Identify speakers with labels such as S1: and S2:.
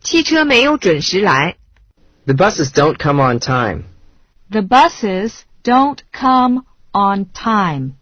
S1: 汽车没有准时来。
S2: The buses don't come on time.
S3: The buses don't come on time.